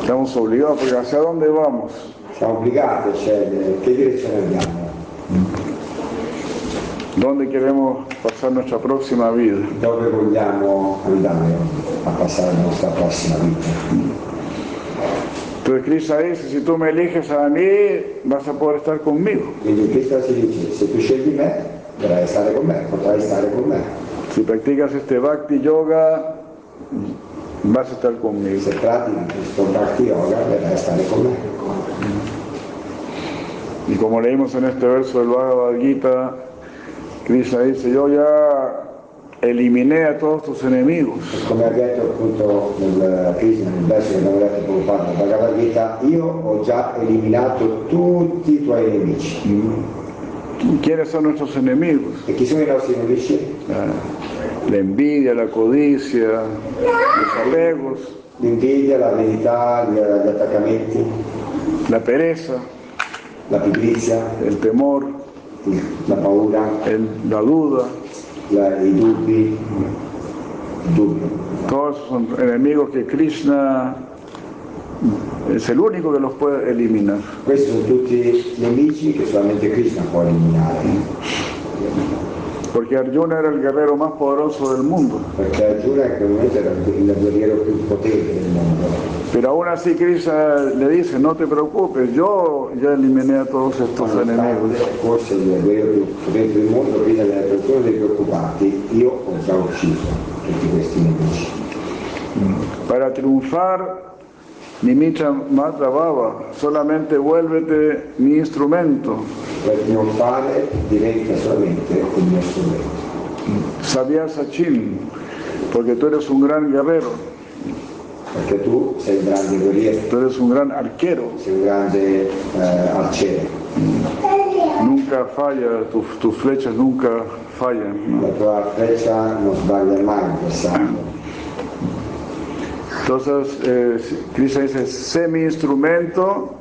Speaker 1: Estamos obligados, porque ¿hacia dónde vamos?
Speaker 3: siamo obbligati a scegliere che direzione andiamo,
Speaker 1: ¿Dónde queremos pasar nuestra próxima vida?
Speaker 3: dove vogliamo andare a passare la nostra prossima vita.
Speaker 1: Entonces Krishna dice, si tú me eliges a mí, vas a poder estar conmigo.
Speaker 3: Quindi Cristo si dice, se tu scegli me, dovrai stare con me, potrai stare con me.
Speaker 1: Si practicas este bhakti yoga, vas a estar conmigo.
Speaker 3: Se pratichi questo Bhakti Yoga, verrai a stare con me.
Speaker 1: Y como leímos en este verso del Bhagavad Gita, Krishna dice, yo ya eliminé a todos tus enemigos.
Speaker 3: Come ha detto appunto eh, nel Krishna, nel verso che abbiamo letto poco fa, nel Bhagavad Gita, io ho già eliminato tutti i tuoi nemici.
Speaker 1: ¿Quiénes son nuestros enemigos?
Speaker 3: E chi sono i nostri nemici?
Speaker 1: Ah, La envidia, la codicia, los apegos,
Speaker 3: L'invidia, l'avverità, gli, gli attaccamenti,
Speaker 1: la pereza,
Speaker 3: la pigrizia,
Speaker 1: el temor,
Speaker 3: il- la paura,
Speaker 1: el- la duda.
Speaker 3: la- i dubbi, il dubbio.
Speaker 1: Todos esos son enemigos que Krishna es el único que los puede eliminar.
Speaker 3: Questi sono tutti nemici che solamente Krishna può eliminare.
Speaker 1: Porque Arjuna era el guerrero más poderoso del mundo.
Speaker 3: Perché Arjuna in quel momento era il guerriero più potente del mondo.
Speaker 1: Pero aún así Krishna le dice, no te preocupes, yo ya eliminé a todos estos enemigos.
Speaker 3: Forse il guerriero più potente del mondo, quindi alle persone dei preoccupati, io ho già ucciso tutti questi nemici.
Speaker 1: Para triunfar, Nimitra Matra Baba, solamente vuélvete mi instrumento.
Speaker 3: Per trionfare diventa solamente il mio strumento.
Speaker 1: Sabías Sachin, porque tú eres un gran guerrero.
Speaker 3: perché tu sei un grande guerriero,
Speaker 1: Tú eres un gran arquero,
Speaker 3: sei un grande eh, arciere,
Speaker 1: nunca falla, tu- tus flechas nunca fallan. ¿no?
Speaker 3: la tua freccia non sbaglia mai il bersaglio.
Speaker 1: Entonces, eh, Krishna dice, sé mi instrumento,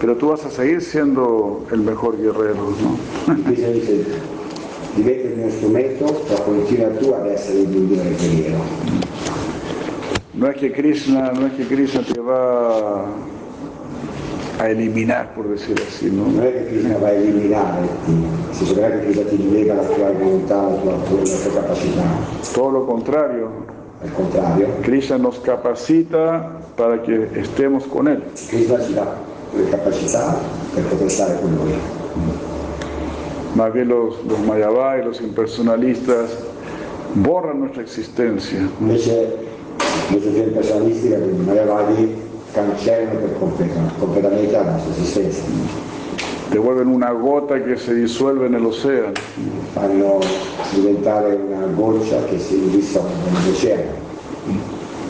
Speaker 1: pero tú vas a seguir siendo el mejor guerrero. ¿no?
Speaker 3: Cristo dice diventa il mio strumento, ma continua tu ad essere il migliore guerriero.
Speaker 1: No es que Krishna, no es que Krishna te va a eliminar, por decir así, ¿no?
Speaker 3: Non è che Krishna va a eliminare, si saprà che Krishna ti diventa la tua volontà, la tua, la tua capacità.
Speaker 1: Todo lo contrario,
Speaker 3: Al contrario,
Speaker 1: Krishna nos capacita para que estemos con él.
Speaker 3: Krishna ci dà le capacità per poter stare con lui.
Speaker 1: Más bien los, los mayavai, los impersonalistas, borran nuestra existencia.
Speaker 3: Invece le società impersonalisti, quindi Mayavadi, cancellano per completo, completamente la nostra esistenza.
Speaker 1: Devuelven una gota que se disuelve en el océano.
Speaker 3: Fanno diventare una goccia che si dissolve nell'oceano.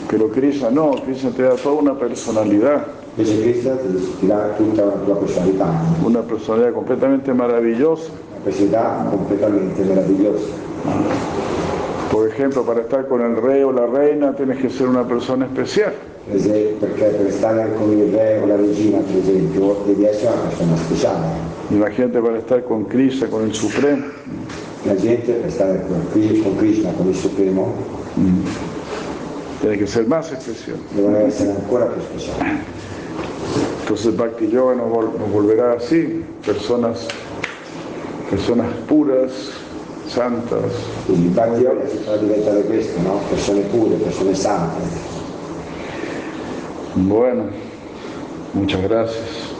Speaker 1: Pero Krishna no, Krishna te da toda una personalidad,
Speaker 3: Invece Krishna ti, ti dà tutta la tua personalità, una
Speaker 1: una personalidad completamente maravillosa.
Speaker 3: personalità completamente meravigliosa.
Speaker 1: Por ejemplo, para estar con el rey o la reina tienes que ser una persona especial.
Speaker 3: Per esempio, perché per stare con il re o la regina, per esempio, devi essere una persona speciale.
Speaker 1: Imagínate para estar con Krishna, con el Supremo.
Speaker 3: La gente per stare con, Kri- con Krishna, con il Supremo,
Speaker 1: Tienes que ser más especial.
Speaker 3: devono essere ancora più speciali.
Speaker 1: Entonces Bhakti Yoga nos, vol- nos volverá así, personas, personas puras, santas.
Speaker 3: Quindi Bhakti Yoga si fa diventare questo, no? Persone pure, persone sante.
Speaker 1: Bueno, muchas gracias.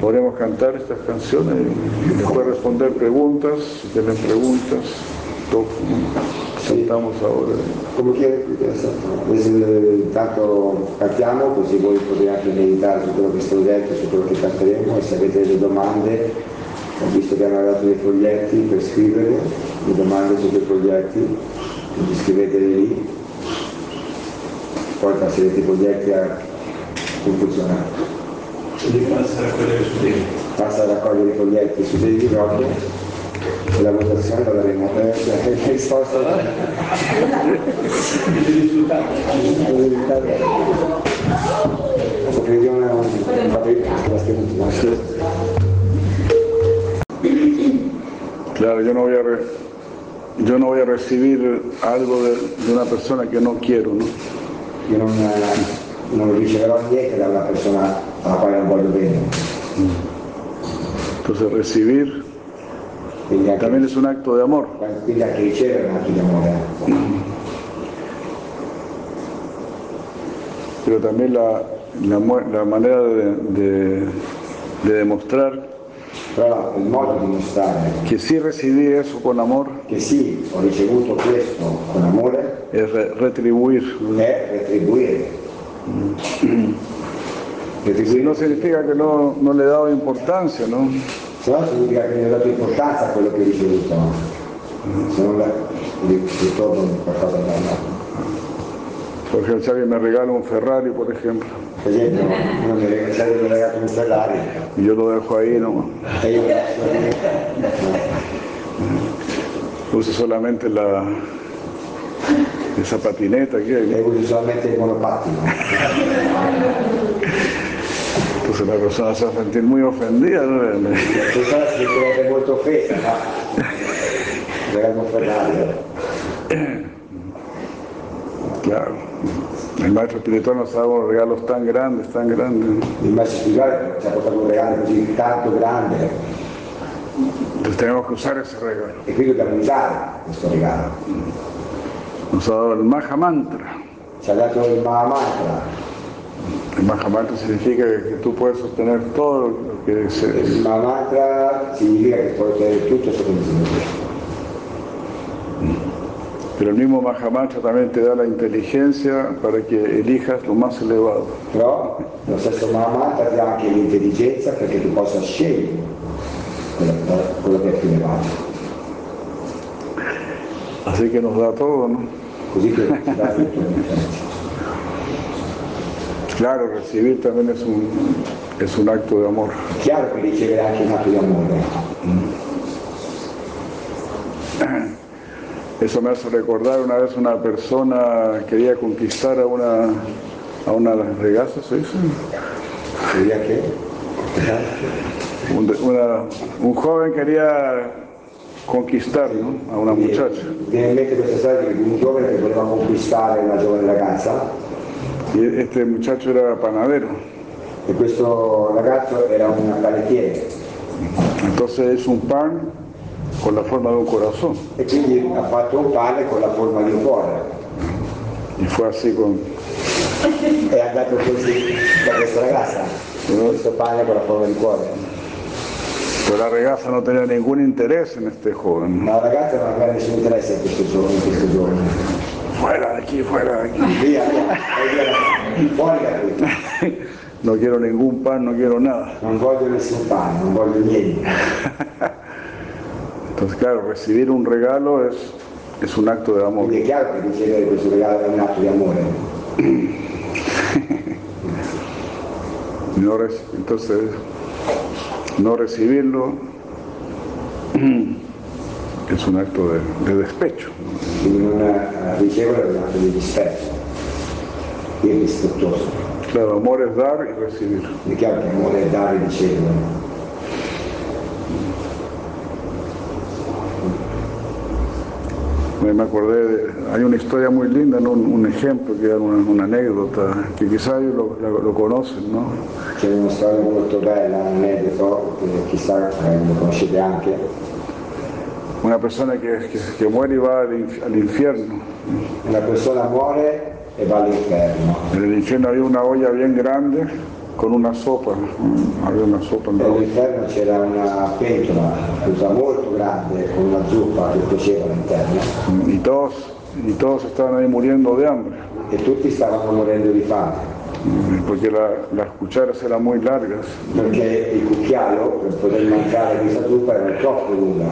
Speaker 1: Podremos cantar estas canciones y después responder preguntas, si tienen preguntas. to- Cantamos ahora.
Speaker 3: Come chiede qui che è stato? Eh, Intanto partiamo così voi potete anche meditare su quello che è stato detto, su quello che canteremo e se avete delle domande, ho visto che hanno dato dei foglietti per scrivere, le domande su quei foglietti, quindi scriveteli lì, poi passerete i foglietti a come funziona.
Speaker 2: Quindi passa a quelle su di
Speaker 3: Basta raccogliere i foglietti su dei proprio e la votazione la daremo. Eh, eh, risposta
Speaker 2: Il risultato
Speaker 3: Prendiamo un paperino,
Speaker 1: Claro, yo no voy a, re- yo no voy a recibir algo de, de una persona que no quiero, ¿no?
Speaker 3: Io non, eh, non riceverò niente da una persona alla quale non voglio bene.
Speaker 1: Entonces recibir
Speaker 3: Quindi anche,
Speaker 1: también es un acto de amor.
Speaker 3: quindi anche ricevere è un atto di amore.
Speaker 1: pero también la, la mu- la manera de, de- de demostrar
Speaker 3: Però il modo di mostrare
Speaker 1: que sí recibí eso con amor
Speaker 3: che sì, ho ricevuto questo con amore
Speaker 1: es re- retribuir.
Speaker 3: è retribuire.
Speaker 1: Y
Speaker 3: Retribuire
Speaker 1: no significa que no, no le he dado importancia, ¿no?
Speaker 3: se no significa che mi hai dato importanza a quello che hai ricevuto. Se non la- ri- ritorno in qualcosa da no.
Speaker 1: Por ejemplo, si alguien me regala un Ferrari, por ejemplo,
Speaker 3: Per esempio, uno mi ha regalato un Ferrari
Speaker 1: y yo lo dejo ahí, ¿no?
Speaker 3: e io
Speaker 1: Uso solamente la esa patineta que hay.
Speaker 3: e uso solamente il monopattino.
Speaker 1: Entonces la persona se va a sentir muy ofendida, ¿no? [laughs]
Speaker 3: Questa si sentirebbe molto offesa, no? Dovremmo fermarlo.
Speaker 1: Claro. El maestro espiritual nos ha dado regalos tan grandes, tan grandes. ¿no?
Speaker 3: Il maestro spirituale ci ha portato un regalo così tanto grande
Speaker 1: Entonces tenemos que usar ese regalo.
Speaker 3: e qui dobbiamo usare questo regalo.
Speaker 1: Nos ha dado el Maha Mantra.
Speaker 3: Ci ha dato il Mahamantra.
Speaker 1: El Maha Mantra significa que tú puedes sostener todo lo que
Speaker 3: Il
Speaker 1: se
Speaker 3: Mahamantra significa che puoi ottenere tutto sotto il Signore.
Speaker 1: Pero el mismo Maha Mantra también te da la inteligencia para que elijas lo más elevado.
Speaker 3: Però lo stesso Mahamantra ti dà anche l'intelligenza perché tu possa scegliere quello, quello che è più elevato.
Speaker 1: Así que nos da todo, ¿no?
Speaker 3: Così che ti dà tutto l'intelligenza.
Speaker 1: Claro, recibir también es un, es un acto de amor.
Speaker 3: Chiaro che ricevere anche un atto di amore.
Speaker 1: Eso me hace recordar una vez una persona quería conquistar a una, a una regaza, ¿se dice?
Speaker 3: Via che?
Speaker 1: Un, de- una- un joven quería conquistar ¿no? a una muchacha.
Speaker 3: Mi Viene in mente questa storia di un giovane che voleva conquistare una giovane ragazza
Speaker 1: Y este muchacho era panadero.
Speaker 3: e questo ragazzo era un panettiere
Speaker 1: Entonces hizo un pan con la forma de un corazón.
Speaker 3: e quindi ha fatto un pane con la forma di un cuore.
Speaker 1: Y fue así con...
Speaker 3: È andato così da questa ragazza, questo pane con la forma di cuore.
Speaker 1: Pero la regaza no tenía ningún interés en este joven.
Speaker 3: Ma la ragazza non aveva nessun interesse in questo giorno, in questo giorno.
Speaker 1: Fuera de aquí, fuera de aquí.
Speaker 3: Via, via, vai via, fuori da qui.
Speaker 1: No quiero ningún pan, no quiero nada.
Speaker 3: Non voglio nessun pane, non voglio niente.
Speaker 1: Entonces, claro, recibir un regalo es, es un acto de amor.
Speaker 3: Quindi è chiaro che ricevere questo regalo è un atto di amore.
Speaker 1: No re- entonces, no recibirlo [clears throat] es un acto de, de despecho.
Speaker 3: Quindi non eh, ricevere è un atto di rispetto, irrispettoso.
Speaker 1: Claro, amor es dar y recibir.
Speaker 3: È chiaro che amore è dare e ricevere.
Speaker 1: Me, me acordé, de- hay una historia muy linda, ¿no? un, un ejemplo, que era una, una anécdota, que quizás ellos lo, lo- lo conocen, ¿no?
Speaker 3: C'è una storia molto bella, un aneddoto, che chissà eh, lo conoscete anche,
Speaker 1: Una persona que, que- que muere y va al, inf- al infierno.
Speaker 3: una persona muore e va all'inferno.
Speaker 1: En el infierno había una olla bien grande con una sopa, ¿no? había una sopa en la olla.
Speaker 3: All'inferno c'era una pentola, una pentola molto grande, con una zuppa che cuoceva all'interno
Speaker 1: y todos y todos estaban ahí muriendo de hambre Mm,
Speaker 3: e tutti stavano morendo di fame.
Speaker 1: porque la- las cucharas eran muy largas
Speaker 3: perché il cucchiaio per poter mangiare questa zuppa era troppo lunga,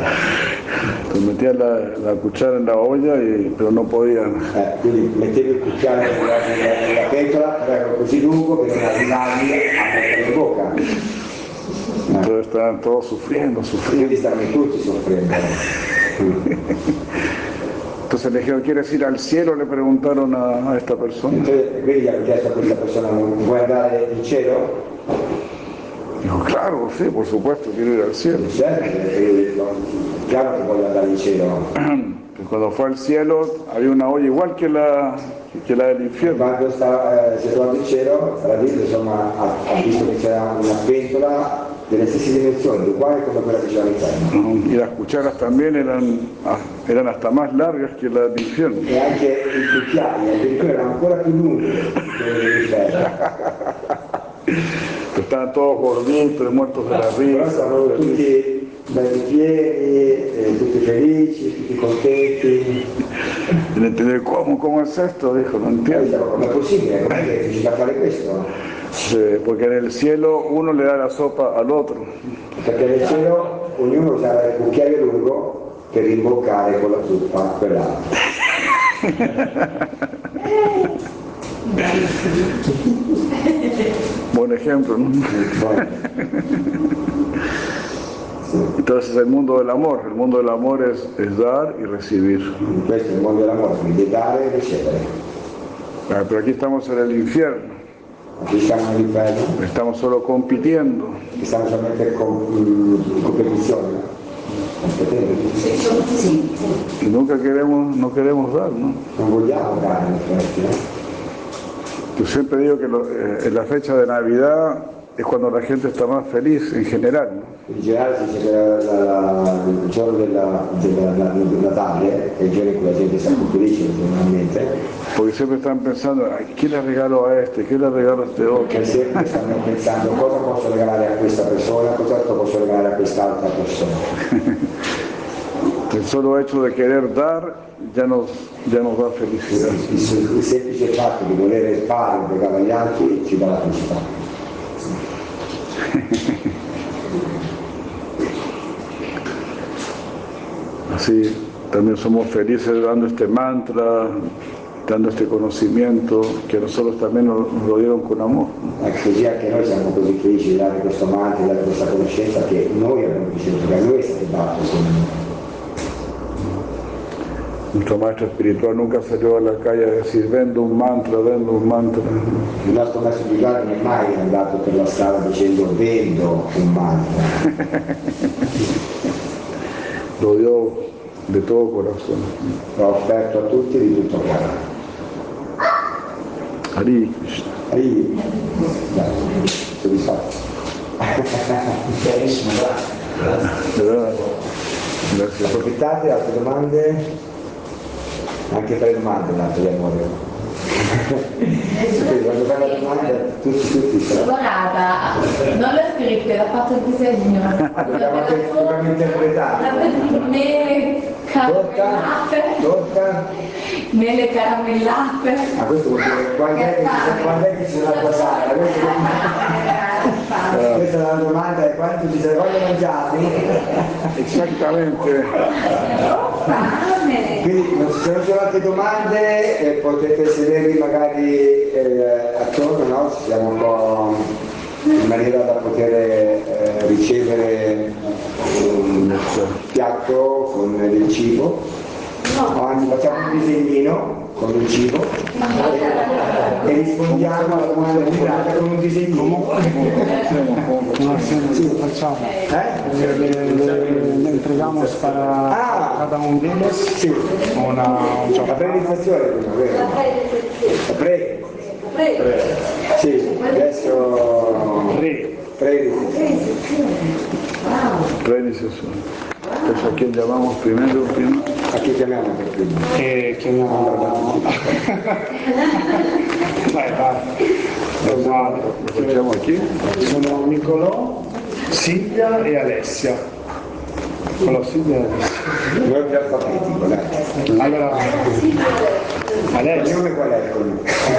Speaker 1: entonces metían la, la cuchara en la olla y- pero no podían
Speaker 3: Eh, quindi mettevi il cucchiaio nella, nella- nella pentola, però era così lungo che non arrivavi a mettere in bocca,
Speaker 1: entonces estaban todos sufriendo sufriendo
Speaker 3: quindi stavano tutti soffrendo.
Speaker 1: entonces le dijeron ¿quieres ir al cielo? le preguntaron a, a esta persona
Speaker 3: Cioè, quindi gli hanno chiesto a questa persona, vuoi andare in cielo?
Speaker 1: dijo claro sí por supuesto quiero ir al cielo
Speaker 3: Certo, perché io dico, chiaro che voglio andare in cielo.
Speaker 1: Y cuando fue al cielo había una olla igual que la que la del infierno
Speaker 3: Quando sta, eh, si è trovato in cielo, Radito insomma, ha, ha visto che c'era una pentola delle stesse dimensioni, uguale come quella che c'era all'interno.
Speaker 1: y las cucharas también eran ah, eran hasta más largas que la del infierno
Speaker 3: e anche il cucchiaio, addirittura era ancora più lungo dell'inferno.
Speaker 1: Pero Estaban todos gorditos, muertos de la
Speaker 3: Però
Speaker 1: risa.
Speaker 3: stavano tutti belli pieni, eh, tutti felici, tutti contenti.
Speaker 1: Y le entendí, ¿cómo? ¿Cómo es esto? Dijo, no
Speaker 3: Io
Speaker 1: entiendo.
Speaker 3: dicevo, com'è possibile? Com'è che diciamo, è riuscito a fare questo?
Speaker 1: Sí, porque en el cielo uno le da la sopa al otro.
Speaker 3: Perché nel cielo ognuno usava il cucchiaio lungo per imboccare con la zuppa quell'altro.
Speaker 1: Buen ejemplo, ¿no?
Speaker 3: Poi,
Speaker 1: Entonces el mundo del amor. El mundo del amor es, es dar y recibir.
Speaker 3: Questo è il mondo dell'amore, quindi dare e ricevere.
Speaker 1: Ah, Pero aquí estamos en el infierno.
Speaker 3: Ci siamo all'inferno,
Speaker 1: Estamos solo compitiendo.
Speaker 3: che stanno solamente con- mm, in competizione. Competenti.
Speaker 1: Y nunca queremos, no queremos dar, ¿no?
Speaker 3: Non vogliamo dare in effetti, eh?
Speaker 1: Yo siempre digo que lo- eh, en la fecha de Navidad es cuando la gente está más feliz en general, ¿no?
Speaker 3: In generale si dice che la- la- il giorno della, della- la- del Natale è il giorno in cui la gente si accoppilisce generalmente,
Speaker 1: Porque siempre están pensando, "Ay, ¿qué le regalo a este? ¿Qué le regalo a este otro?
Speaker 3: perché sempre stanno pensando cosa posso regalare a questa persona, cosa posso regalare a quest'altra persona.
Speaker 1: El solo hecho de querer dar ya nos, ya nos da felicidad.
Speaker 3: Il, se- il semplice fatto di volere fare un regalo agli altri ci dà la felicità.
Speaker 1: Así también somos felices dando este mantra, dando este conocimiento que a nosotros también nos nos lo dieron con amor.
Speaker 3: Ecco, così anche noi siamo così felici di dare questo manto, di dare questa conoscenza che noi abbiamo ricevuto, che a noi è stato dato.
Speaker 1: Nuestro maestro espiritual nunca salió a la calle a decir, vendo un mantra, vendo un mantra.
Speaker 3: Il nostro maestro di guardia non è mai andato per la strada dicendo vendo un mantra,
Speaker 1: Lo dio de todo corazón.
Speaker 3: l'ho offerto a tutti di tutto cuore.
Speaker 1: Hare Krishna.
Speaker 3: Ehi, dai, soddisfatto.
Speaker 1: De verdad. Gracias.
Speaker 3: Approfittate, altre domande? Anche tre domande, tanto di amore. Quindi quando fai la domanda, tutti, tutti, sono.
Speaker 4: Guarda, non l'ho scritto, l'ha fatto il disegno.
Speaker 3: Dobbiamo anche- dobbiamo interpretare.
Speaker 4: La mele
Speaker 3: Torta?
Speaker 4: caramellate,
Speaker 3: Torta?
Speaker 4: mele caramellate.
Speaker 3: A questo vuol dire quando è che ci- quando è che ci sarà passata?
Speaker 4: Grazie.
Speaker 3: Questa è la domanda, è quanto ci sarà quando mangiate?
Speaker 1: Exactamente.
Speaker 4: Fame.
Speaker 3: Quindi non ci sono più altre domande eh, potete sedervi magari eh, attorno, no? Ci siamo un po' in maniera da poter eh, ricevere un piatto con del cibo. O anzi facciamo un disegnino con del cibo e rispondiamo alla domanda girata con un disegnino.
Speaker 5: Sí, lo facciamo.
Speaker 3: Eh?
Speaker 5: Le, le- le entregamos para
Speaker 3: Ah.
Speaker 5: cada uno de ellos
Speaker 3: Sì,
Speaker 5: una, un
Speaker 3: la
Speaker 5: chocolate.
Speaker 3: prenotazione prima, vero? Prego. Sì, adesso...
Speaker 5: Re.
Speaker 3: Prego.
Speaker 1: Tres decisiones. Entonces, ¿a quién llamamos primero? ¿Quién?
Speaker 3: A chi chiamiamo per primo?
Speaker 5: Eh, che abbiamo Dai, dai. È uguale.
Speaker 1: ¿Lo escuchamos aquí?
Speaker 5: Sono Nicolò, Silvia e Alessia. Nicolò, Silvia e Alessia.
Speaker 3: Noi più alfabetico, dai.
Speaker 5: Allora, Alessia.
Speaker 3: Ognuno qual è il cognome?